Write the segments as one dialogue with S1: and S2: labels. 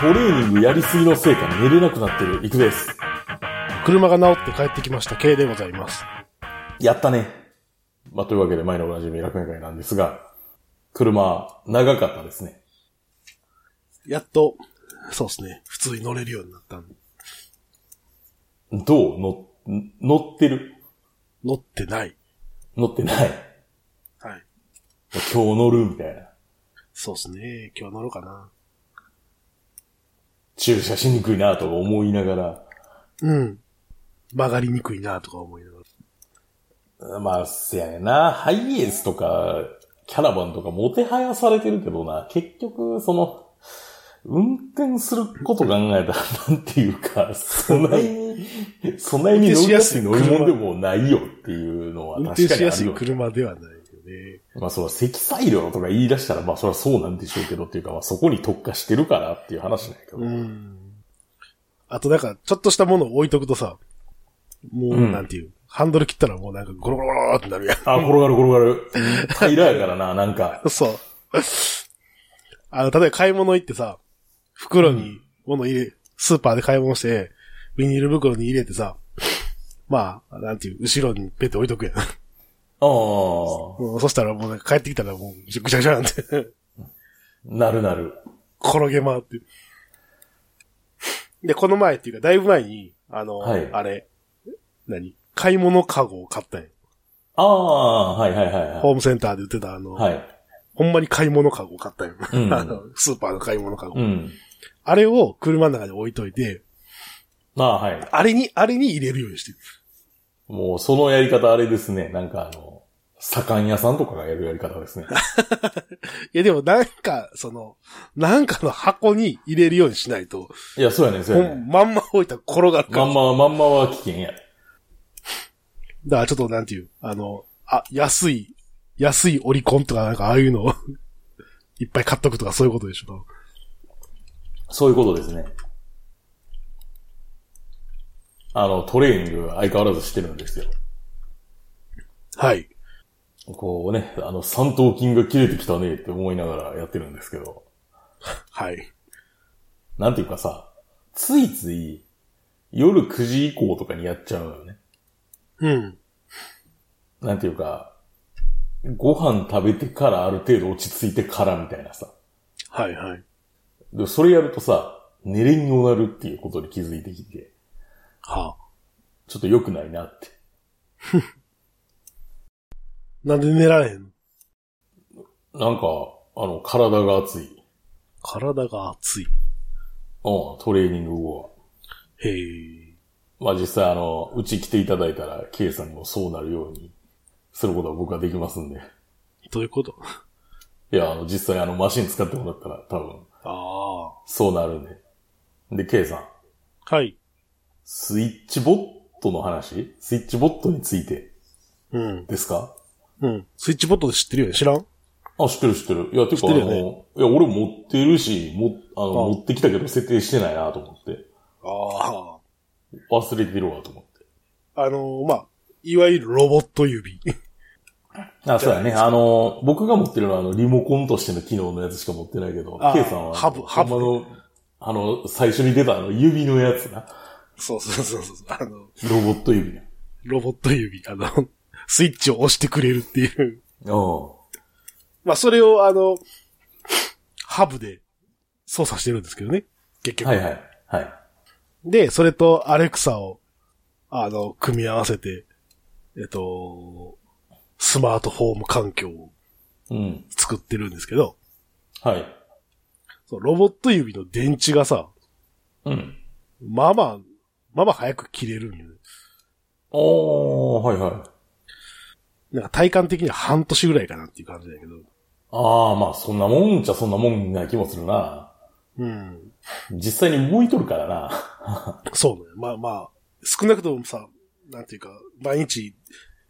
S1: トレーニングやりすぎのせいか寝れなくなってる、いくです。
S2: 車が治って帰ってきました、K でございます。
S1: やったね。まあ、というわけで、前のおなじみ楽園会なんですが、車、長かったですね。
S2: やっと、そうですね。普通に乗れるようになったんで
S1: どうの乗ってる
S2: 乗ってない。
S1: 乗ってない。
S2: はい。
S1: 今日乗るみたいな。
S2: そうですね。今日乗ろうかな。
S1: 駐車しにくいなと思いなが
S2: うん。曲がりにくいなとか思いながら。
S1: ら、まあ、せやねんな、ハイエースとか、キャラバンとかもてはやされてるけどな、結局、その、運転すること考えたら、なんていうか、備えに、備えに乗りやすい乗り物でもないよっていうのは
S2: 運
S1: 確かにある
S2: 転
S1: よね
S2: しやすい車ではないよね。
S1: まあその積載量とか言い出したら、まあそれはそうなんでしょうけどっていうか、まあそこに特化してるからっていう話なんやけど。
S2: うん。あとなんか、ちょっとしたものを置いとくとさ、もう、
S1: うん
S2: なんていう、ハンドル切ったらもうなんかゴロゴロゴロってなるやん。
S1: あ、転がる転がる。平らやからな、なんか。
S2: そう。あの、例えば買い物行ってさ、袋に物入れ、スーパーで買い物して、ビニール袋に入れてさ、まあ、なんていう、後ろにペッて置いとくやん。
S1: ああ、
S2: うんそしたらもうなんか帰ってきたらもうぐちゃぐちゃぐちゃなんて、
S1: なるなる。
S2: 転げ回って。で、この前っていうか、だいぶ前に、あの、
S1: はい
S2: あれ、何買い物カゴを買ったんよ
S1: ああ、はいはいはいは
S2: ホ
S1: い。
S2: ームセンターで売ってたあの、
S1: はい。
S2: ほんまに買い物カゴを買ったんよ。
S1: うん
S2: あの、スーパーの買い物カゴ。
S1: うん。
S2: あれを車の中に置いといて、
S1: ああ、はい。
S2: あれに、あれに入れるようにしてる。
S1: もうそのやり方あれですね。なんかあの、盛ん屋さんとかがやるやり方 ですね。
S2: いやでもなんか、その、なんかの箱に入れるようにしないと、
S1: いや、そうやねん、そう
S2: ほ
S1: やねん。
S2: んまんま置いたら転がるから。
S1: まんまは、まんまは危険や。
S2: だからちょっとなんていう、あの、あ、安い、安いオリコンとかなんかああいうのを、 いっぱい買っとくとかそういうことでしょ。
S1: そういうことですね。あの、トレーニング相変わらずしてるんですよ。
S2: はい。
S1: こうね、あの、三頭筋が切れてきたねって思いながらやってるんですけど、
S2: はい。
S1: なんていうかさ、ついつい夜9時以降とかにやっちゃうのよね。
S2: うん。
S1: なんていうか、ご飯食べてからある程度落ち着いてからみたいなさ。
S2: はいはい。
S1: で、それやるとさ、寝れんようになるっていうことに気づいてきて、
S2: はあ、
S1: ちょっと良くないなって。
S2: なんで寝られへんの
S1: なんか、あの、体が熱い。うん、
S2: 体が熱い。
S1: トレーニング後は。
S2: へえ。
S1: まあ実際あの、うち来ていただいたら、ケイさんにもそうなるようにすることは僕はできますんで。
S2: どういうこと
S1: いや、あの、実際あの、マシン使ってもらったら多分、
S2: ああ。
S1: そうなるんで。で、K さん、
S2: はい。
S1: スイッチボットの話スイッチボットについて
S2: うん。
S1: ですか
S2: うん。スイッチボットで知ってるよね知らん
S1: あ、知ってる知ってる。いや、てか、
S2: 知っ
S1: あ
S2: てるよ
S1: の、
S2: ね
S1: いや、俺持ってるし、も、あの、
S2: あ
S1: 持ってきたけど設定してないなと思って。
S2: ああ。
S1: 忘れてるわと思って。
S2: あのまあ、いわゆるロボット指。
S1: あ、そうやね。あの、僕が持ってるのは、あの、リモコンとしての機能のやつしか持ってないけど
S2: あ、
S1: K さんは、
S2: ハブハブ
S1: ほんまの、あの、最初に出たあの、指のやつな。
S2: そうそうそうそう。あの、
S1: ロボット指な。
S2: ロボット指。あの、スイッチを押してくれるっていう。
S1: うん。
S2: まあ、それをあの、ハブで操作してるんですけどね。結局。
S1: はいはい。はい。
S2: で、それとアレクサを、あの、組み合わせて、えっと、スマートホーム環境を
S1: うん。
S2: 作ってるんですけど、
S1: はい。
S2: そうロボット指の電池がさ、
S1: うん。
S2: まあまあ、まあまあ早く切れるんよね。
S1: おー、はいはい。
S2: なんか体感的には半年ぐらいかなっていう感じだけど。
S1: ああ、まあそんなもんじゃそんなもんな気もするな。
S2: うん。
S1: 実際に動いとるからな。
S2: そうね。まあまあ、少なくともさ、なんていうか、毎日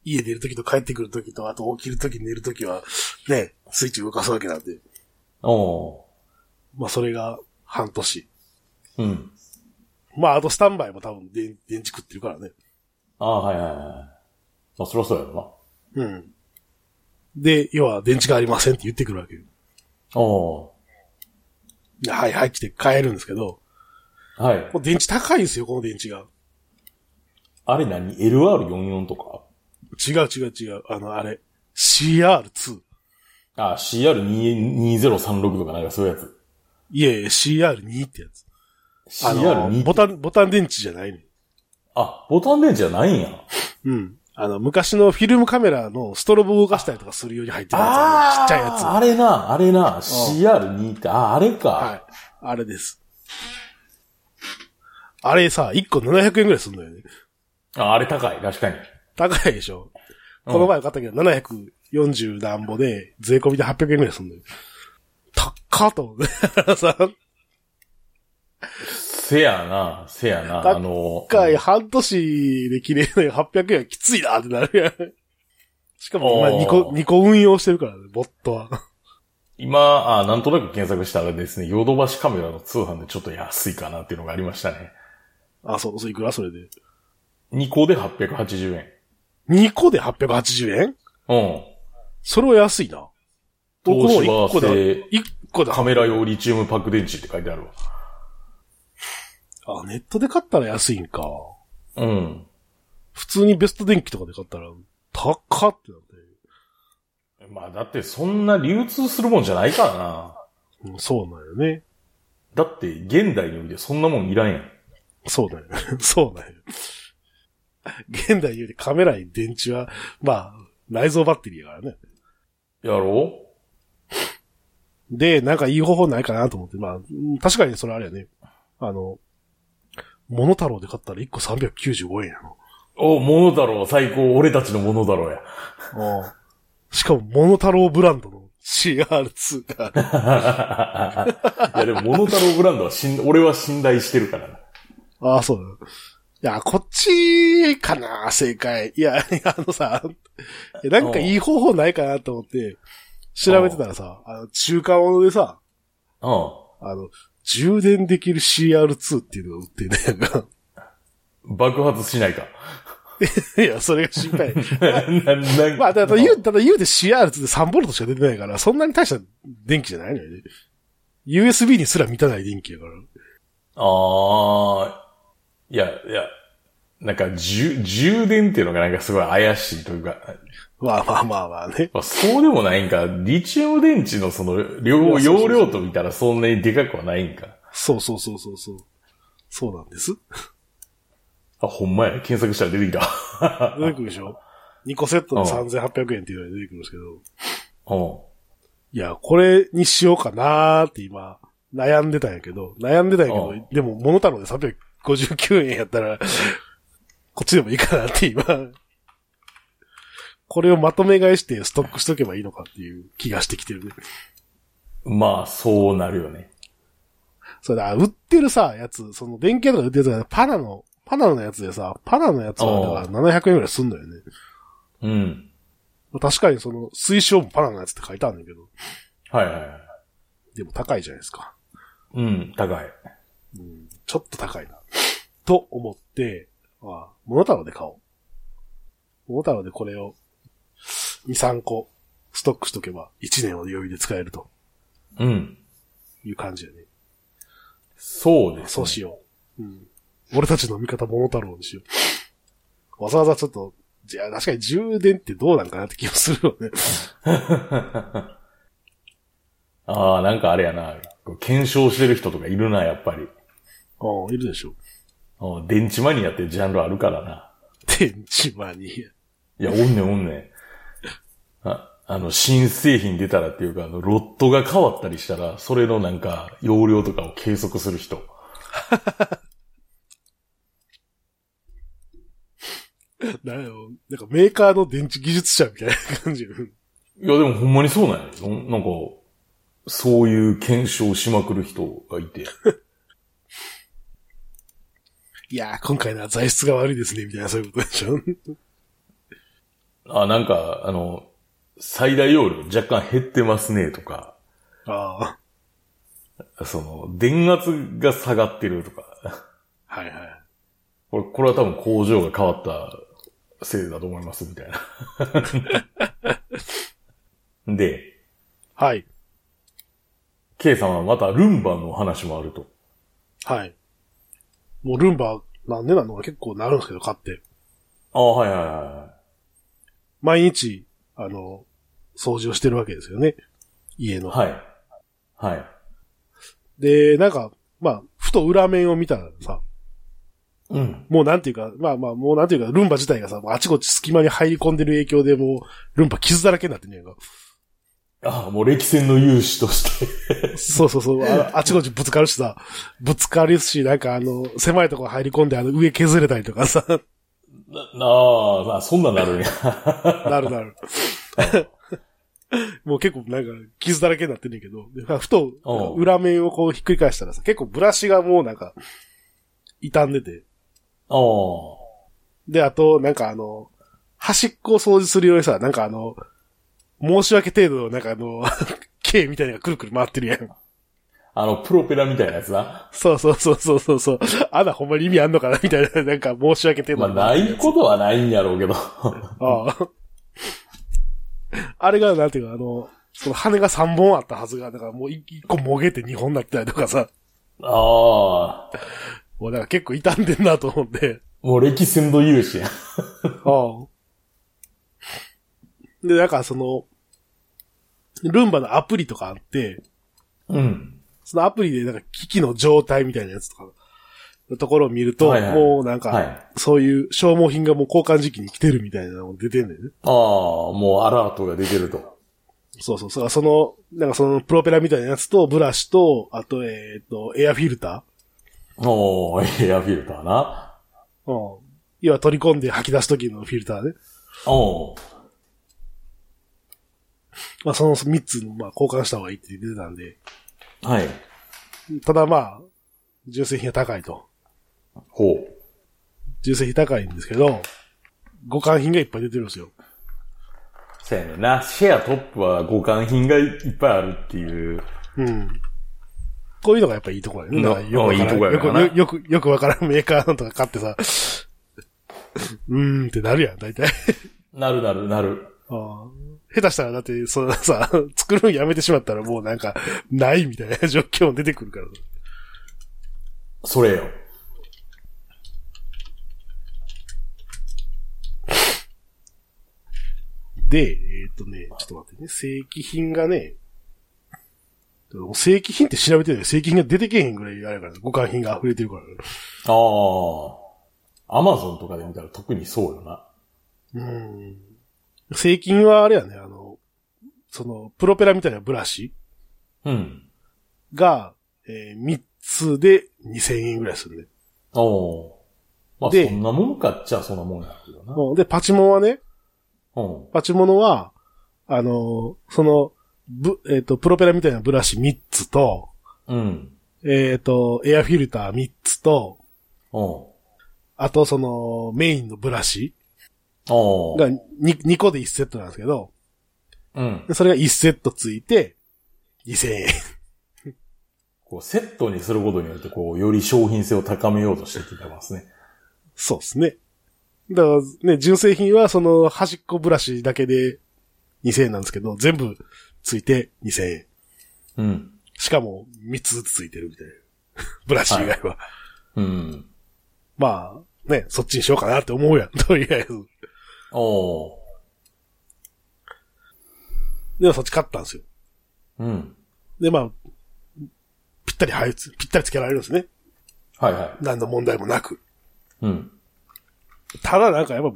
S2: 家出るときと帰ってくるときと、あと起きるとき寝るときは、ね、スイッチ動かすわけなんで。
S1: お
S2: まあそれが半年。
S1: ー。うん。
S2: まああとスタンバイも多分電電池食ってるからね。
S1: ああ、はいはいはい。まあそりゃそうやろ
S2: うん。で、要は電池がありませんって言ってくるわけよ。
S1: な。お
S2: はい、はい、来て買えるんですけど、
S1: はい。
S2: もう電池高いんですよ、この電池が。
S1: あれ何 ?LR44 とか
S2: 違う違う違う。あの、あれ。CR2。
S1: あ、CR2036 とかなんかそういうやつ。
S2: いえいえ、CR2 ってやつ。あの、
S1: CR2
S2: ボタン、ボタン電池じゃないね。
S1: あ、ボタン電池じゃないんや。
S2: うん。あの、昔のフィルムカメラのストロボを動かしたりとかするように入ってるやつ。ちっちゃいやつ。
S1: あれな、あれな、CR2 って、あ、あれか。
S2: はい。あれです。あれさ、1個700円ぐらいするんだよね。
S1: あ、あれ高い、確かに。
S2: 高いでしょ。
S1: うん
S2: この前買ったけど、740何ぼで、税込みで800円ぐらいするんだよ。高っと思って。さ、
S1: せやな、せやな、
S2: 高い
S1: あの
S2: 一、回半年で切れるのに800円はきついなってなるやん。しかも、
S1: おー
S2: 2個、2個運用してるからね、ボットは。
S1: 今、あ、なんとなく検索したらですね、ヨドバシカメラの通販でちょっと安いかなっていうのがありましたね。
S2: あ、そう、そう、いくらそれで。
S1: 2個で880円。
S2: 2個で880円
S1: うん。
S2: それは安いな。僕も1個
S1: 東芝
S2: で
S1: 製、
S2: 1個だ。
S1: カメラ用リチウムパック電池って書いてあるわ。
S2: あ、ネットで買ったら安いんか。
S1: うん。
S2: 普通にベスト電機とかで買ったら、高ってなって。
S1: まあだってそんな流通するもんじゃないからな。
S2: うん、そうなんよね。
S1: だって現代においてそんなもんいらんやん。
S2: そうだよ。 そうだよ。現代よりカメラに電池は、まあ、内蔵バッテリーやからね。
S1: やろ
S2: で、なんかいい方法ないかなと思って、まあ、うん確かにそれあれやね。あの、モノタロウで買ったら1個395円やの。
S1: お、モノだろう、最高、俺たちのモノだろうや。
S2: しかも、モノタロウブランドの CR2 がある。
S1: いやでも、モノタロウブランドは信俺は信頼してるからな。
S2: ああ、そうだ。いや、こっちかな、正解。いや、い やあのさ、いやなんかいい方法ないかなと思って、調べてたらさ、あの中華物でさ、
S1: う
S2: あの、充電できる CR2 っていうのが売ってんだよ
S1: ん。爆発しないか。
S2: な。 いや、それが心配。
S1: ななん
S2: まあ、ただ言う、ただ言うて CR って3ボルトしか出てないから、そんなに大した電気じゃないのよね。USB にすら満たない電気やから。
S1: あー、いや、いや、なんか、じゅ充電っていうのがなんかすごい怪しいというか、
S2: まあまあまあまあね。
S1: まあ、そうでもないんか、リチウム電池のその、量、
S2: いやそうそうそう
S1: 容量と見たらそんなにでかくはないんか。
S2: そうそうそうそうそう。そうなんです。
S1: あ、ほんまや、検索したら出てきた。
S2: 出てくるでしょ ?2 個セットで
S1: うん
S2: 3800円っていうのが出てくるんですけど。
S1: うん。
S2: いや、これにしようかなーって今、悩んでたんやけど、悩んでたんやけど、
S1: うん
S2: でも、モノタロウで359円やったら、こっちでもいいかなって今、これをまとめ買いしてストックしとけばいいのかっていう気がしてきてるね。
S1: まあ、そうなるよね。
S2: それだ、売ってるさ、やつ、その電気屋とかで売ってるやつがパナの、パナのやつでさ、パナのやつはだから700円ぐらいすんのよね。
S1: うん。
S2: 確かにその、推奨もパナのやつって書いてあるんだけど、
S1: はいはいはい。
S2: でも高いじゃないですか。
S1: うん、高い。
S2: うんちょっと高いな。と思って、あモノタロウで買おう。モノタロウでこれを、2、3個、ストックしとけば、1年は余裕で使えると
S1: うん。
S2: いう感じだね。
S1: そうです、ね。
S2: そうしよう。うん。俺たちの味方、モノタロウにしよう。わざわざちょっと、じゃあ確かに充電ってどうなんかなって気もするよね。
S1: ああ、なんかあれやな。検証してる人とかいるな、やっぱり。
S2: うん、いるでしょ。
S1: うん電池マニアってジャンルあるからな。
S2: 電池マニア。
S1: いや、おんねんおんねん。ああの、新製品出たらっていうか、あの、ロットが変わったりしたら、それのなんか、容量とかを計測する人。
S2: なんやろなんかメーカーの電池技術者みたいな感じ。うん
S1: いや、でもほんまにそうなんや。そんなんか、そういう検証しまくる人がいて。
S2: いやー、今回のは材質が悪いですね、みたいなそういうことでしょ。
S1: あ、なんか、あの、最大容量若干減ってますね、とか。
S2: ああ。
S1: その、電圧が下がってるとか。
S2: はいはい。
S1: これ、これは多分工場が変わったせいだと思います、みたいな。で、
S2: はい。
S1: K さんはまたルンバの話もあると。
S2: はい。もうルンバ、なんでなのが結構なるんですけど、買って。
S1: ああ、はいはいはいは
S2: 毎日、あの、掃除をしてるわけですよね。家の。
S1: い。はい。はい。
S2: で、なんか、まあ、ふと裏面を見たらさ、
S1: うん。
S2: もうなんていうか、まあまあ、もうなんていうか、ルンバ自体がさ、もうあちこち隙間に入り込んでる影響でもう、ルンバ傷だらけになってんねやん か。
S1: ああ、もう歴戦の勇士として。
S2: そうそうそう、ああちこちぶつかるしさ、ぶつかるし、なんかあの、狭いところ入り込んで、あの、上削れたりとかさ、
S1: な、な ああ、そんなんなるんや。
S2: なるなる。 もう結構なんか傷だらけになってんねんけど、でふと
S1: おう
S2: 裏面をこうひっくり返したらさ、結構ブラシがもうなんか、傷んでて、
S1: ああ。
S2: で、あと、なんかあの、端っこを掃除するようにさ、なんかあの、申し訳程度のなんかあの、K みたいなのがくるくる回ってるやん。
S1: あの、プロペラみたいなやつな。
S2: そうそうそうそうそうそう。あな、ほんまに意味あんのかなみたいな、なんか申し訳程
S1: ま
S2: 度
S1: あ、な
S2: の
S1: いことはないんやろう けど。
S2: ああ。あれが、なんていうか、あの、その羽が3本あったはずが、だからもう 1, 個もげて2本になってたりとかさ、
S1: ああ。
S2: もうなんか結構傷んでんなと思って。
S1: もう歴戦の勇士や。
S2: ああ。で、なんかその、ルンバのアプリとかあって、
S1: うん。
S2: そのアプリでなんか機器の状態みたいなやつとか、のところを見ると、
S1: はいはい
S2: もうなんか、
S1: はい。
S2: そういう消耗品がもう交換時期に来てるみたいなのも出てんねんね。
S1: ああ、もうアラートが出てると。
S2: そうそう、そうその、なんかそのプロペラみたいなやつと、ブラシと、あと、えっ、と、エアフィルタ
S1: おおエアフィルターな。
S2: ーうん。要は取り込んで吐き出す時のフィルターね。
S1: おお
S2: まあその3つの、まあ交換した方がいいって出てたんで。
S1: はい。
S2: ただまあ、純正費が高いと。
S1: ほう。
S2: 純正費高いんですけど、互換品がいっぱい出てるんですよ。
S1: そうやねんな。シェアトップは互換品がいっぱいあるっていう。
S2: うん。こういうのがやっぱいいところだよね。
S1: な
S2: だからよくわ
S1: いいとこやか
S2: からら
S1: なん
S2: よく、よく、よくわからんメーカーのとか買ってさ、 うーんってなるやん、大体。
S1: なるなるなる。
S2: ああ下手したらだって、そのさ、 作るのやめてしまったらもうなんか、ないみたいな 状況も出てくるから。
S1: それよ。
S2: で、えーっ、とね、ちょっと待ってね、正規品がね、正規品って調べてない正規品が出てけへんぐらいあれやから、互換品が溢れてるから。
S1: ああ。アマゾンとかで見たら特にそうよな。
S2: うん。正規品はあれやね、あの、その、プロペラみたいなブラシ
S1: うん。
S2: が、えー、3つで2000円ぐらいするね。
S1: おおまあ、
S2: で
S1: そんなもんかっちゃそんなもんやけどな。
S2: うんで、パチモンはね、
S1: うん。
S2: パチモノは、あのーその、ぶ、えっ、と、プロペラみたいなブラシ3つと、
S1: うん。
S2: えっ、と、エアフィルター3つと、
S1: お
S2: あとその、メインのブラシ
S1: お
S2: が 2, 2個で1セットなんですけど、
S1: うん。
S2: でそれが1セットついて、2000円。
S1: こう、セットにすることによって、こう、より商品性を高めようとしてきてますね。
S2: そうですね。だから、ね、純正品はその、端っこブラシだけで2000円なんですけど、全部ついて2000円。
S1: うん。
S2: しかも、3つずつついてるみたいな。 ブラシ以外は。
S1: うん。
S2: まあ、ね、そっちにしようかなって思うやん、とりあえず。
S1: おお
S2: で、そっち買ったんですよ。
S1: うん。
S2: で、まあ、ぴったり配置、ぴったりつけられるんですね。
S1: はいはい。
S2: 何の問題もなく。
S1: うん。
S2: ただなんかやっぱ、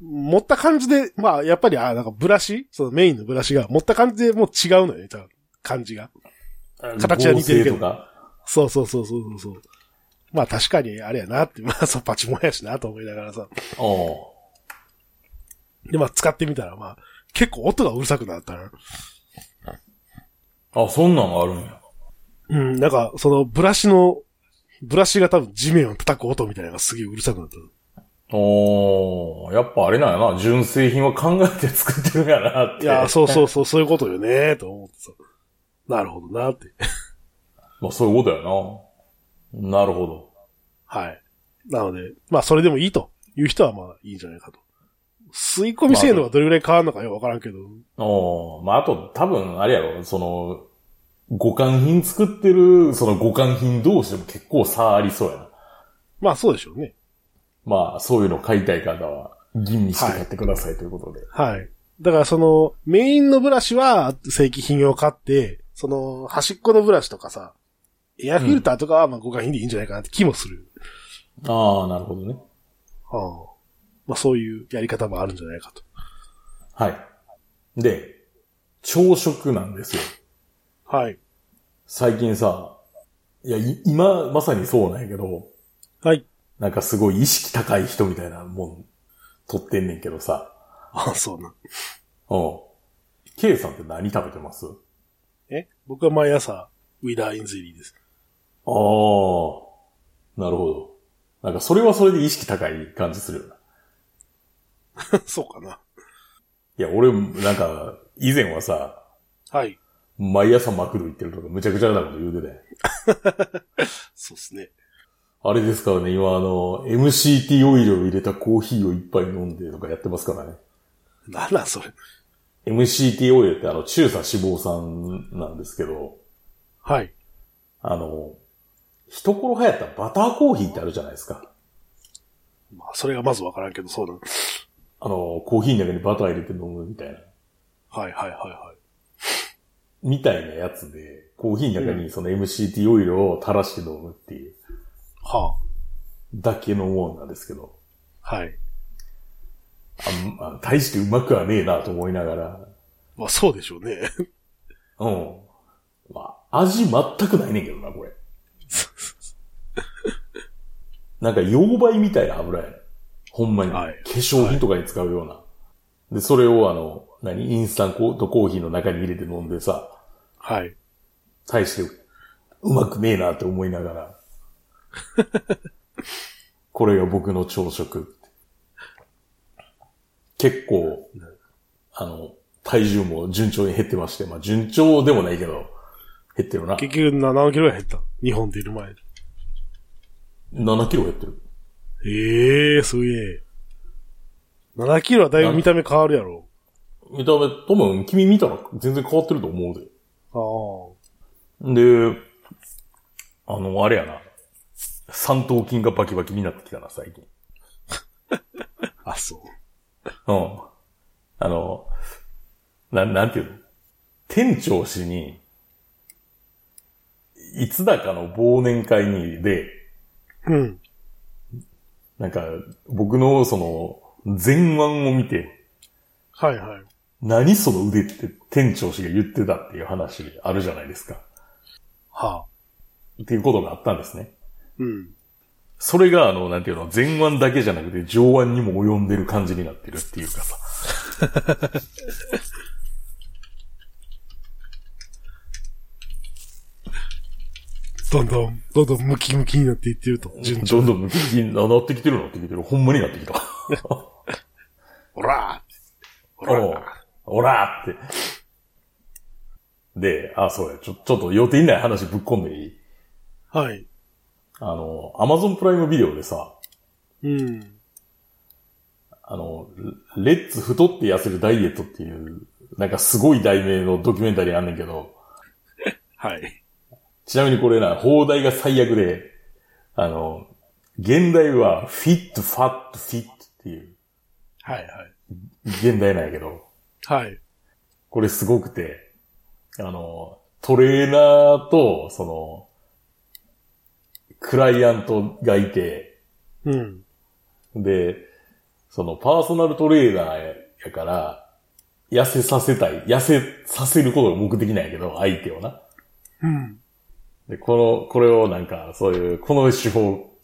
S2: 持った感じで、まあ、やっぱり、あなんかブラシそのメインのブラシが、持った感じでもう違うのよね、多分感じが。形は似てるけど
S1: 合成とか。
S2: そうそうそうそうそうそう。まあ確かにあれやなって、まあそうパチモンやしなと思いながらさ。
S1: おお
S2: で、まあ使ってみたら、まあ結構音がうるさくなったな。
S1: あ、そんなんがあるんや。
S2: うん、なんか、その、ブラシの、ブラシが多分地面を叩く音みたいなのがすげえうるさくなった。
S1: おおやっぱあれなんやな。純正品は考えて作ってるんやなって。
S2: いやー、そうそうそう、そういうことよねーと思ってさ。なるほどなーって。
S1: まあ、そういうことやな。なるほど。
S2: はい。なので、まあ、それでもいいという人はまあ、いいんじゃないかと。吸い込み性能がどれぐらい変わるのかよくわからんけど。
S1: おおまあ、あと、多分、あれやろ、その、互換品作ってる、その互換品同士でも結構差ありそうやな。
S2: まあそうでしょうね。
S1: まあ、そういうの買いたい方は、吟味して買ってくださいということで。
S2: はい。だからその、メインのブラシは正規品を買って、その、端っこのブラシとかさ、エアフィルターとかはまあ互換品でいいんじゃないかなって気もする。
S1: ああ、なるほどね。
S2: ああまあそういうやり方もあるんじゃないかと。
S1: はい。で、朝食なんですよ。
S2: はい。
S1: 最近さ、いや、い今、まさにそうなんやけど、
S2: はい。
S1: なんかすごい意識高い人みたいなもん、取ってんねんけどさ。
S2: ああそうなん。
S1: うん。K さんって何食べてますあ
S2: え僕は毎朝、ウィダーインゼリーです。
S1: あ、なるほど。なんかそれはそれで意識高い感じするよな。
S2: そうかな。
S1: いや、俺、なんか、以前はさ、
S2: はい。
S1: 毎朝マクド行ってるとか、むちゃくちゃなこと言うてたやん
S2: そうですね。
S1: あれですからね、今あの、MCT オイルを入れたコーヒーを一杯飲んでとかやってますからね。
S2: なんなんそれ。
S1: MCT オイルってあの、中鎖脂肪酸なんですけど、
S2: はい。
S1: あの、一頃流行ったバターコーヒーってあるじゃないですか。
S2: まあそれがまずわからんけど、そうなん。
S1: あの、コーヒーの中にバター入れて飲むみたいな。
S2: はいはいはいはい。
S1: みたいなやつで、コーヒーの中にその MCT オイルを垂らして飲むっていう
S2: は
S1: だけのもんなんですけど、
S2: あ。はい。
S1: あんまあ、大してうまくはねえなと思いながら、
S2: まあそうでしょうね。
S1: うん。まあ、味全くないねんけどな、こ れ。なんか、溶媒みたいな油やねん。ほんまに。
S2: はい
S1: 化粧品とかに使うような。で、それをあの、何インスタントコーヒーの中に入れて飲んでさ、
S2: はい。
S1: 大してうまくねえなって思いながら。 これが僕の朝食。結構、あの、体重も順調に減ってまして、まあ順調でもないけど、減ってるな。
S2: 結局7キロぐらい減った。日本でいる前。
S1: 7キロ減ってる。
S2: ええー、すげえ。7キロはだいぶ見た目変わるやろ。
S1: 見た目、多分君見たら全然変わってると思うで。
S2: ああ。
S1: で、あの、あれやな。三頭筋がバキバキになってきたな、最近。
S2: あ、そ
S1: う
S2: う。
S1: ん。あの、なん、なんていうの店長氏に、いつだかの忘年会に、で、
S2: うん。
S1: なんか、僕のその、前腕を見て、
S2: はいはい。
S1: 何その腕って店長氏が言ってたっていう話あるじゃないですか。
S2: はあ。
S1: っていうことがあったんですね。
S2: うん。
S1: それが、あの、なんていうの、前腕だけじゃなくて上腕にも及んでる感じになってるっていうかさ。
S2: どんどん、どんどんムキムキになっていってると。順調。
S1: どんどんムキムキになってきてるなってきてる。ほんまになってきた。
S2: ほらほ
S1: お
S2: ら
S1: おらーって。で、あ、そうや、ちょ、ちょっと予定にない話ぶっこんでいい
S2: はい。
S1: あの、アマゾンプライムビデオでさ、
S2: うん。
S1: あの、レレッツ太って痩せるダイエットっていう、なんかすごい題名のドキュメンタリーあんねんけど、
S2: はい。
S1: ちなみにこれな、放題が最悪で、あの、現代はフィット、ファット、フィットっていう、
S2: はいはい。
S1: 現代なんやけど、
S2: はい。
S1: これすごくて、あの、トレーナーと、その、クライアントがいて、
S2: うん。
S1: で、そのパーソナルトレーナーやから、痩せさせたい、痩せさせることが目的なんやけど、相手をな。
S2: うん。
S1: で、この、これをなんか、そういう、この手法、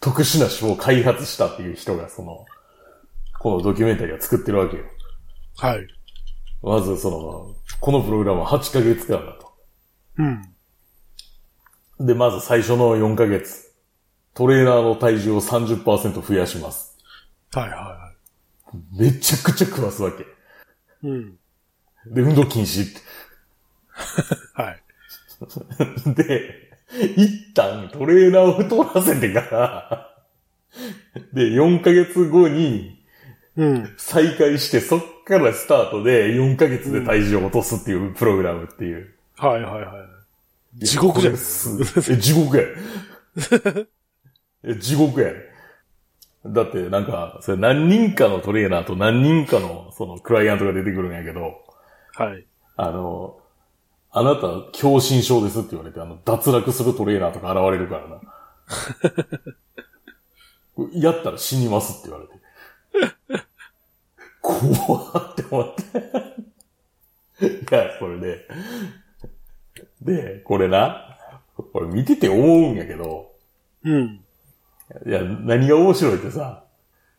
S1: 特殊な手法を開発したっていう人が、その、このドキュメンタリーを作ってるわけよ。
S2: はい。
S1: まず、その、このプログラムは8ヶ月間だと。
S2: うん。
S1: で、まず最初の4ヶ月。トレーナーの体重を30%増やします。
S2: はいはいは
S1: めちゃくちゃ食わすわけ。
S2: い。うん。
S1: で、運動禁止。
S2: はい。
S1: で、一旦トレーナーを太らせてから、で、4ヶ月後に
S2: うん。
S1: 再開して、そっからスタートで4ヶ月で体重を落とすっていうプログラムっていう。
S2: はいはいはい。地獄じゃん
S1: いやこれすえ、地獄や。え、地獄や。だって、なんか、それ何人かのトレーナーと何人かの、その、クライアントが出てくるんやけど、
S2: はい。
S1: あの、あなた、狭心症ですって言われて、あの、脱落するトレーナーとか現れるからな。 やったら死にますって言われて。 怖って思って。い や、これで、で、これな、これ見てて思うんやけど、
S2: うん。
S1: いや、何が面白いってさ、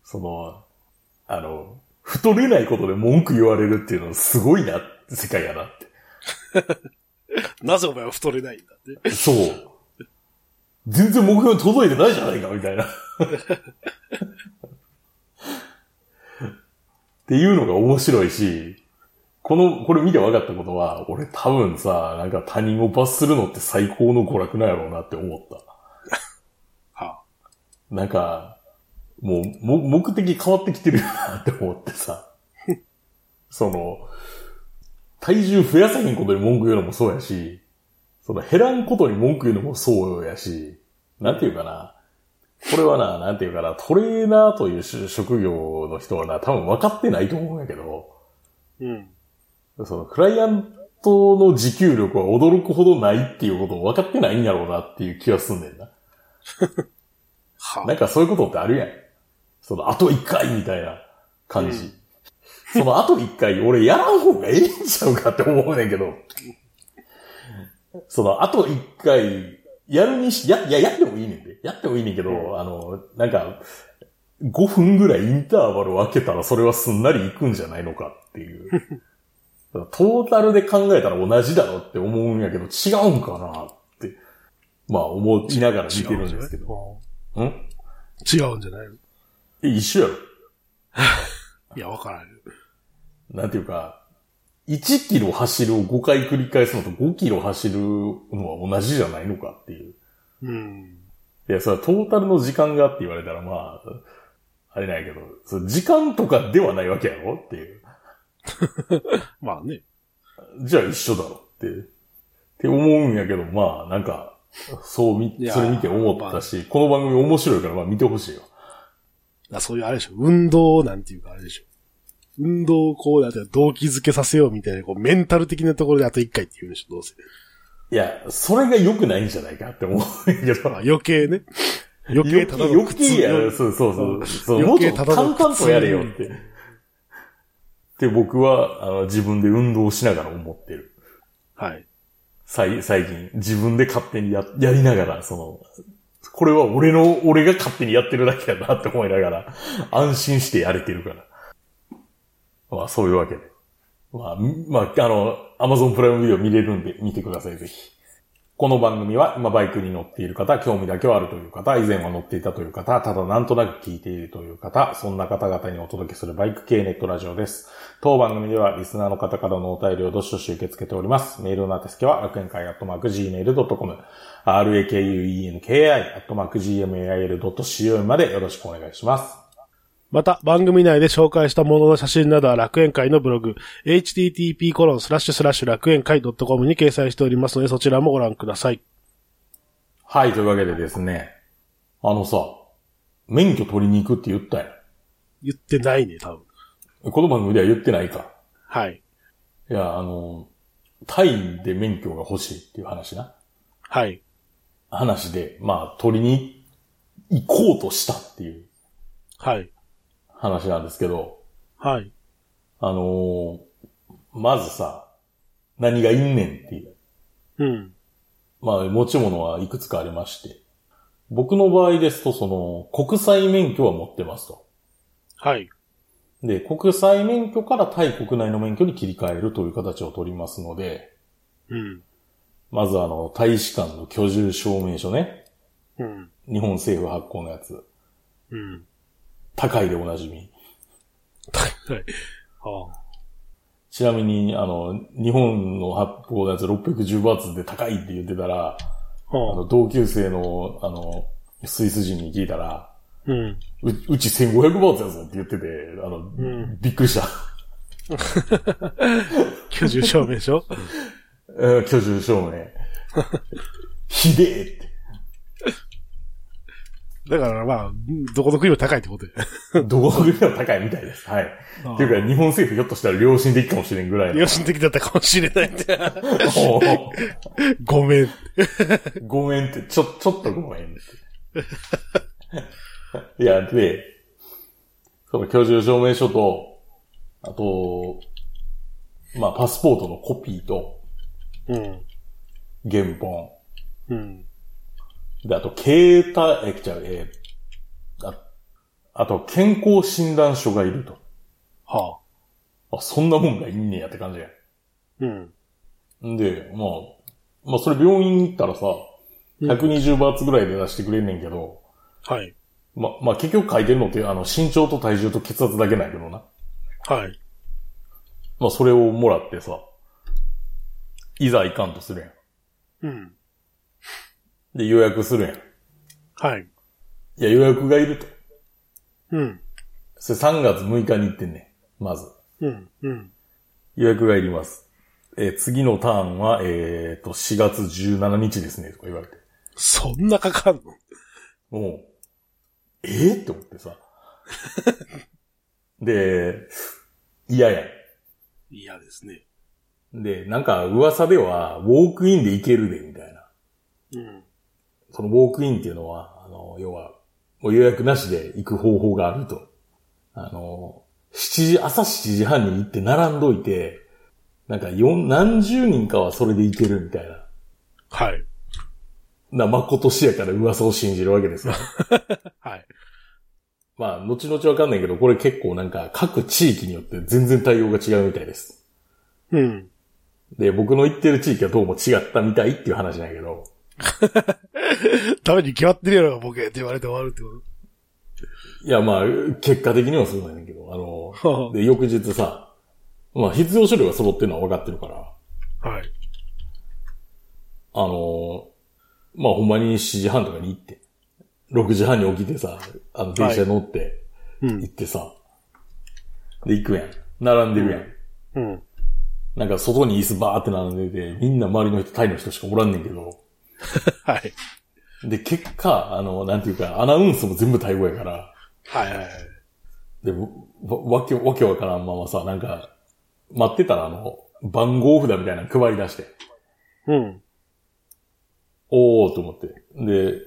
S1: その、あの、太れないことで文句言われるっていうのすごいな、世界やなって。
S2: なぜお前は太れないんだって。
S1: そう。全然目標に届いてないじゃないか、みたいな。 っていうのが面白いし、この、これ見て分かったことは、俺多分さ、なんか他人を罰するのって最高の娯楽なんやろうなって思った。
S2: は
S1: なんか、もう、も、目的変わってきてるよなって思ってさ。その、体重増やさへんことに文句言うのもそうやし、その減らんことに文句言うのもそうやし、なんていうかな。これはな、なんていうかな、トレーナーというし職業の人はな、多分分かってないと思うんやけど、
S2: うん。
S1: そのクライアントの持久力は驚くほどないっていうことを分かってないんやろうなっていう気はすんねんな。
S2: は
S1: なんかそういうことってあるやん。その、あと一回みたいな感じ。その、あと一回、俺やらん方がええんちゃうかって思うねんけど。その、あと一回、やるにし、や、いや、やってもいいねんで。やってもいいねんけど、あの、なんか、5分ぐらいインターバルを空けたらそれはすんなりいくんじゃないのかっていう。 だからトータルで考えたら同じだろって思うんやけど、違うんかなって、まあ思いながら見てるんですけど。
S2: ど。
S1: ん
S2: 違うんじゃないの
S1: え一緒やろ。
S2: いや、わからんよ。
S1: なんていうか、1キロ走るを5回繰り返すのと5キロ走るのは同じじゃないのかっていう。
S2: うん。
S1: いや、それはトータルの時間がって言われたらまあ、あれないけど、それ時間とかではないわけやろっていう。
S2: まあね。
S1: じゃあ一緒だろって、って思うんやけど、まあ、なんか、そうみ
S2: い、やー
S1: それ見て思ったし、この番組面白いからまあ見てほしいよ。
S2: だそういうあれでしょ。運動なんていうかあれでしょ。運動をこうやって動機づけさせようみたいな、こうメンタル的なところであと一回って言うんでしょ、どうせ。
S1: いや、それが良くないんじゃないかって思うんやけど。
S2: まあ余計ね。余計ただの
S1: 余
S2: 苦
S1: 計
S2: 痛
S1: や
S2: よ。
S1: そうそうそう。そうもっ
S2: 余
S1: と
S2: 計ただ
S1: 淡
S2: の苦痛
S1: 々とやれよって。って僕はあの自分で運動しながら思ってる。
S2: はい。
S1: さい最近、自分で勝手にや、やりながら、その、これは俺の、俺が勝手にやってるだけだなって思いながら、安心してやれてるから。まあ、そういうわけで。まあ、みまあ、あの、アマゾンプライムビデオ見れるんで、見てください、ぜひ。この番組は、今バイクに乗っている方、興味だけはあるという方、以前は乗っていたという方、ただなんとなく聞いているという方、そんな方々にお届けするバイク系ネットラジオです。当番組では、リスナーの方からのお便りをどしどし受け付けております。メールの宛先は、楽園会アットマーク Gmail.com、rakuenki アットマーク Gmail.co までよろしくお願いします。
S2: また、番組内で紹介したものの写真などは楽園会のブログ、http コロンスラッシュスラッシュ楽園会 .com に掲載しておりますので、そちらもご覧ください。
S1: はい、というわけでですね、あのさ、免許取りに行くって言ったや
S2: 言ってないね、多分。
S1: ん。この番組では言ってないか。
S2: はい。
S1: いや、あの、タイで免許が欲しいっていう話な。
S2: はい。
S1: 話で、まあ、取りに行こうとしたっていう
S2: はい。
S1: 話なんですけど、
S2: はい。
S1: あのーまずさ、何がいんねんっていう。
S2: うん。
S1: まあ、持ち物はいくつかありまして。僕の場合ですと、その、国際免許は持ってますと。
S2: はい。
S1: で、国際免許からタイ国内の免許に切り替えるという形を取りますので、
S2: うん。
S1: まずあの、大使館の居住証明書ね。
S2: うん。
S1: 日本政府発行のやつ。
S2: うん。
S1: 高いでおなじみ。
S2: はい。ああ。
S1: ちなみに、あの、日本の発行のやつ610バーツで高いって言ってたら、あ
S2: ああ
S1: の、。同級生の、あの、スイス人に聞いたら、
S2: うん。
S1: ううち1500バーツやぞって言ってて、あの、
S2: ん
S1: びっくりした。
S2: 居住証明書
S1: えー居住証明。 ひでえって。
S2: だからまあ、どこの国も高いっ てことで。
S1: どこの国でも高いみたいです。はい。っていうか、日本政府ひょっとしたら良心的かもしれんぐらいの
S2: 良。心的だったかもしれないって。
S1: おー
S2: ごめん。
S1: ごめんって、ちょ、ちょっとごめんって。 いや、で、その居住証明書と、あと、まあ、パスポートのコピーと、
S2: うん。
S1: 原本。
S2: うん。
S1: で、あと、携帯、え、じゃえーあ、あと、健康診断書がいると。
S2: はあ。
S1: あ、そんなもんがいんねやって感じや。
S2: うん。
S1: んで、まあ、まあ、それ病院行ったらさ、120バーツぐらいで出してくれんねんけど、
S2: はい。
S1: ま、まあ、結局書いてるのって、あの、身長と体重と血圧だけなんやけどな。
S2: はい。
S1: まあ、それをもらってさ、いざ行かんとするや
S2: うん。
S1: ん。で、予約するやん。い
S2: はい。
S1: や、予約がいると。
S2: うん。
S1: それ3月6日に行ってんねん。まず。
S2: うん。うん。
S1: 予約がいります。えー次のターンは、えっ、と、4月17日ですね、とか言われて。
S2: そんなかかんの
S1: もう、えー、って思ってさ。 で、嫌や
S2: 嫌ですね。
S1: ん。で、なんか噂では、ウォークインで行けるで、みたいな。
S2: うん。
S1: そのウォークインっていうのは、あの、要は、もう予約なしで行く方法があると。あの、7時、朝7時半に行って並んどいて、なんか四何十人かはそれで行けるみたいな。
S2: はい。
S1: な、まことしやから噂を信じるわけですよ。
S2: はい。
S1: まあ、後々わかんないけど、これ結構なんか各地域によって全然対応が違うみたいです。
S2: うん。
S1: で、僕の行ってる地域はどうも違ったみたいっていう話なんやけど、
S2: ダメに決まってるやろがボケって言われて終わるってこ
S1: いやまあ、結果的にはそうなんやけど、あの、で、翌日さ、まあ必要書類が揃ってるのは分かってるから、
S2: とはい。
S1: あの、まあほんまに7時半とかに行って、6時半に起きてさ、あの電車乗って、
S2: うん
S1: 行。ってさ、で行くやん。並んでるやん。
S2: うん。
S1: なんか外に椅子バーって並んでて、みんな周りの人、タイの人しかおらんねんけど、
S2: はい。
S1: で、結果、あの、なんていうか、アナウンスも全部タイ語やから、
S2: はいはいはい。
S1: で、わ、わけ、わけわからんままさ、なんか、待ってたら、あの、番号札みたいなの配り出して、
S2: うん。
S1: おーと思って。で、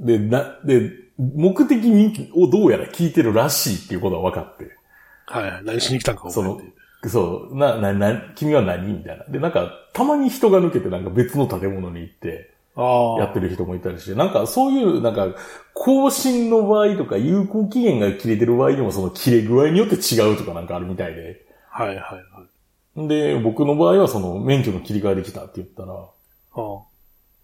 S1: で、な、で、目的にをどうやら聞いてるらしいっていうことが分かって、
S2: はいはい。何しに来たんか、
S1: そ
S2: お
S1: の
S2: 前って、
S1: そう、な、な、な、君は何みたいな。で、なんか、たまに人が抜けて、なんか別の建物に行って、
S2: ああ。
S1: やってる人もいたりして、なんかそういう、なんか、更新の場合とか、有効期限が切れてる場合でも、その切れ具合によって違うとかなんかあるみたいで。
S2: はいはいはい。
S1: で、僕の場合はその免許の切り替えできたって言ったら、
S2: あ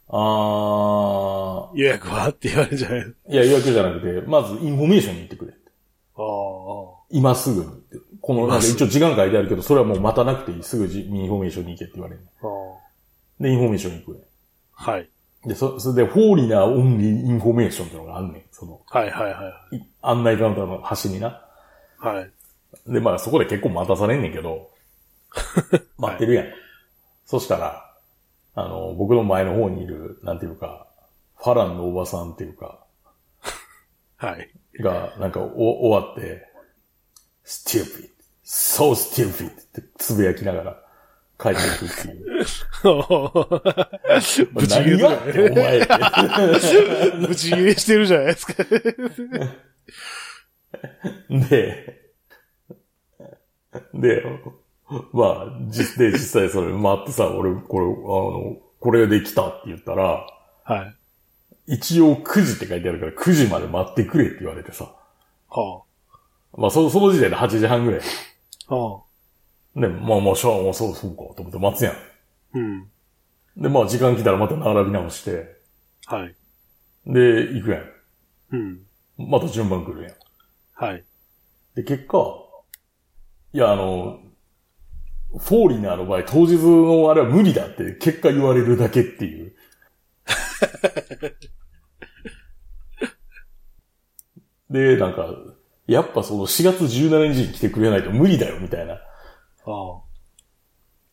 S2: あ
S1: あ
S2: 予約はって言われちゃう。
S1: ー、いや予約じゃなくて、まずインフォメーションに行ってくれって。
S2: ああ。
S1: 今すぐにって。この、なん
S2: 今
S1: か
S2: すぐ
S1: 一応時間書いてあるけど、それはもう待たなくていい。すぐじインフォメーションに行けって言われる。
S2: あ
S1: で、インフォメーションに行くね
S2: あ。はい。
S1: で、そ、それで、ホーリーなオンリーインフォメーションっていうのがあんねん。その、
S2: はいはいはい
S1: 案内カウンターの端にな。
S2: い。はい。
S1: で、まあそこで結構待たされんねんけ ど、待ってるやん。そしたら、あの、僕の前の方にいる、なんていうか、ファランのおばさんっていうか、
S2: はい。
S1: が、なんかお終わって、stupid, so stupid ってつぶやきながら帰っていくっていう。
S2: ぶち切
S1: 何
S2: れ
S1: がってお前って。
S2: ぶち切れしてるじゃないですか。
S1: で、で、まあ、実で実際それ回ってさ、俺、これ、あの、これできたって言ったら、
S2: はい。
S1: 一応9時って書いてあるから9時まで待ってくれって言われてさ。
S2: は
S1: まあ、そその時点で8時半ぐらい。
S2: あ。はあ。
S1: で、まあまあ、しゃあ、もうそうそうか、と思って待つや
S2: うん。
S1: ん。で、まあ、時間来たらまた並び直して、
S2: はい。
S1: で、行くやん。
S2: うん。
S1: また順番来るやん。
S2: はい。
S1: で、結果、いや、あの、フォーリナーの場合、当日のあれは無理だって、結果言われるだけっていう。 で、なんか、やっぱその4月17日に来てくれないと無理だよ、みたいな。
S2: ああ。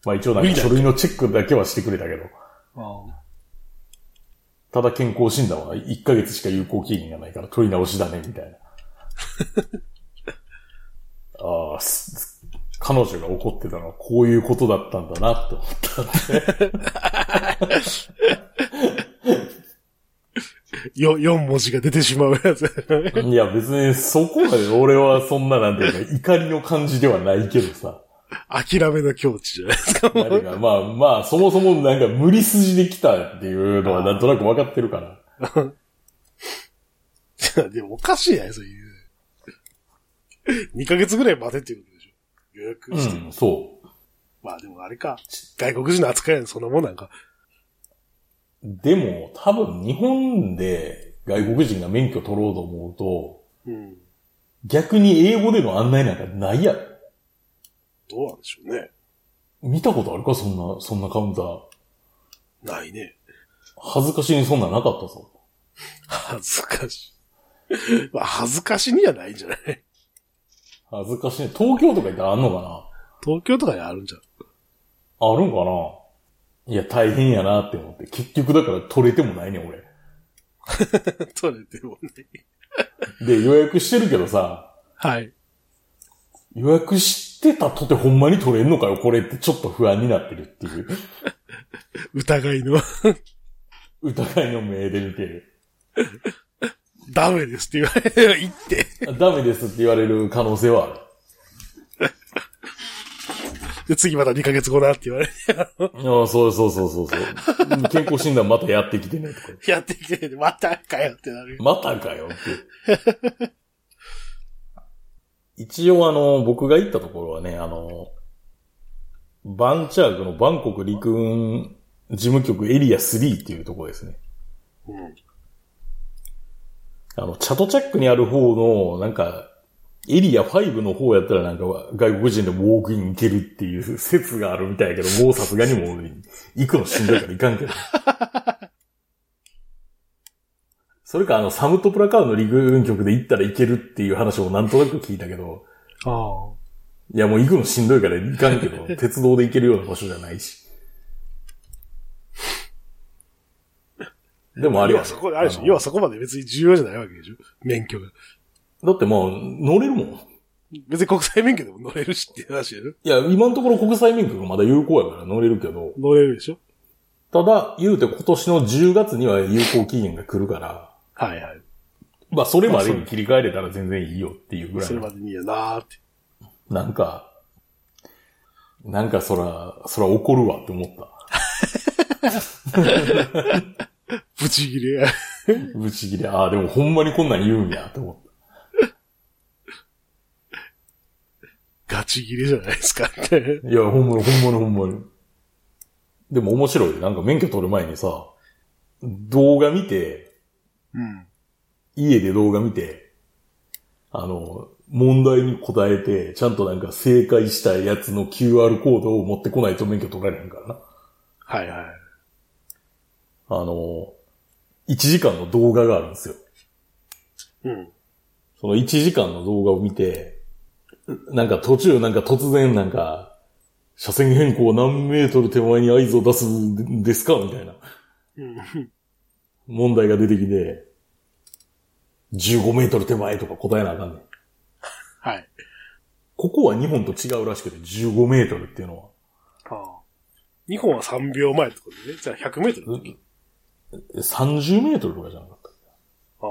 S1: まあ一応なん
S2: 無理
S1: か
S2: だ
S1: 書類のチェックだけはしてくれたけど。
S2: ああ。
S1: ただ健康診断は1ヶ月しか有効期限がないから取り直しだね、みたいな。 ああ、す彼女が怒ってたのはこういうことだったんだなって思ったんで。
S2: よ、4文字が出てしまうやつ。
S1: いや、別にそこまで俺はそんななんていうか怒りの感じではないけど さ。
S2: 諦めの境地じゃないですか。
S1: 何が、まあまあ、そもそもなんか無理筋で来たっていうのはなんとなく分かってるから。
S2: でもおかしいやん、そういう。2ヶ月ぐらい待てっていうことでしょ。予約
S1: う
S2: して。
S1: ん、そう。
S2: まあでもあれか。外国人の扱いなんてそんなもんなんか。
S1: でも、多分日本で外国人が免許取ろうと思うと、
S2: うん。
S1: 逆に英語での案内なんかないやろ。
S2: どうなんでしょうね。
S1: 見たことあるかそんな、そんなカウンター。
S2: ないね。
S1: 恥ずかしにそんなんなかったぞ。
S2: 恥ずかしい。まあ恥ずかしにはないんじゃない
S1: 恥ずかしい。東京とか行ったらあんのかな
S2: 東京とかにあるんじゃん。
S1: あるんかないや、大変やなって思って。結局だから取れてもないねん、俺。
S2: 取れてもね。
S1: で、予約してるけどさ、
S2: はい。
S1: 予約してたとてほんまに取れんのかよ、これってちょっと不安になってるっていう。
S2: 疑いの、
S1: 疑いの目で見てる。
S2: ダメですって言われる言って。
S1: ダメですって言われる可能性はある。
S2: で、次また2ヶ月後なって言われて。
S1: ああ、そうそうそうそうそう。うん健康診断またやってきてねとか。
S2: やってきて、またかよってなる。
S1: またかよって。 一応あの、僕が行ったところはね、あの、バンチャークのバンコク陸軍事務局エリア3っていうところですね。
S2: うん。
S1: あの、チャトチャックにある方の、なんか、エリア5の方やったらなんか外国人でもウォークイン行けるっていう説があるみたいやけど、もうさすがにもう行くのしんどいから行かんけど。それかあの、サムトプラカーの陸軍局で行ったらいけるっていう話をなんとなく聞いたけど、
S2: ああ。
S1: いやもう行くのしんどいから行かんけど、 鉄道で行けるような場所じゃないし。でもあれ
S2: 要
S1: は
S2: はそこ、あれでしょ。要はそこまで別に重要じゃないわけでしょ。免許が。
S1: だってもう乗れるもん。
S2: 別に国際免許でも乗れるしっていう話やろ。
S1: いや、今のところ国際免許がまだ有効やから乗れるけど、
S2: 乗れるでしょ。
S1: ただ、言うて今年の10月には有効期限が来るから、
S2: はいはい。
S1: まあそれまでに切り替えれたら全然いいよっていうぐらい
S2: それ
S1: の。
S2: までにいいやなーって。
S1: なんか、なんかそら、そら怒るわって思った。
S2: ブチギレ。
S1: ぶち切れ、ああ、でもほんまにこんなん言うんやって思った。
S2: ガチギレじゃないですかって。
S1: いや、ほんまに、ほんまに、ほんまに。でも面白い。なんか免許取る前にさ、動画見て、
S2: うん。
S1: 家で動画見て、あの、問題に答えて、ちゃんとなんか正解したやつの QR コードを持ってこないと免許取られへんからな。
S2: はいはい。
S1: あの、1時間の動画があるんですよ。
S2: うん。
S1: その1時間の動画を見て、なんか途中なんか突然なんか、車線変更何メートル手前に合図を出すんですかみたいな
S2: うん。
S1: 問題が出てきて、15メートル手前とか答えなあかんねん。
S2: はい。
S1: ここは日本と違うらしくて、15メートルっていうのは。
S2: ああ。日本は3秒前ってことね。じゃあ100メートルの時。
S1: 30メートルとかじゃなかった。
S2: ああ。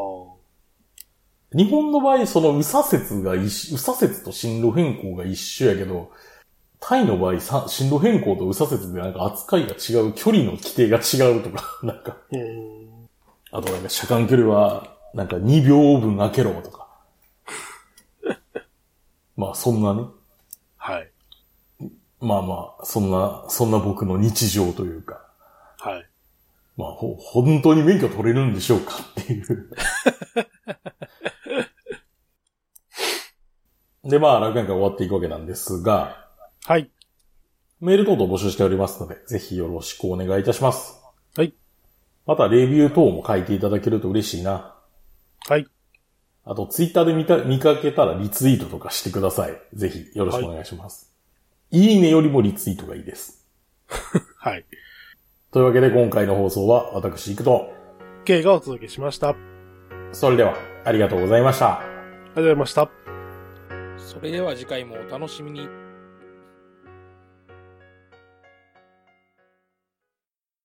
S1: 日本の場合、その右左折が一緒、右左折と進路変更が一緒やけど、タイの場合、さ進路変更と右左折でなんか扱いが違う、距離の規定が違うとか、 なんか、
S2: うん。
S1: あとなんか車間距離は、なんか2秒分開けろとか。 まあそんなね。
S2: はい。
S1: まあまあ、そんな、そんな僕の日常というか。
S2: はい。
S1: まあ、ほ、本当に免許取れるんでしょうかって いう。で、まあ、楽園会終わっていくわけなんですが、
S2: はい。
S1: メール等々募集しておりますので、ぜひよろしくお願いいたします。
S2: はい。
S1: また、レビュー等も書いていただけると嬉しいな。
S2: はい。
S1: あと、ツイッターで見た、見かけたらリツイートとかしてください。ぜひ、よろしくお願いします。い、いねよりもリツイートがいいです。
S2: はい。
S1: というわけで、今回の放送は、私、行くと、
S2: K がお届けしました。あり
S1: それでは、ありがとうございました。
S2: がとうございました。
S3: それでは次回もお楽しみに。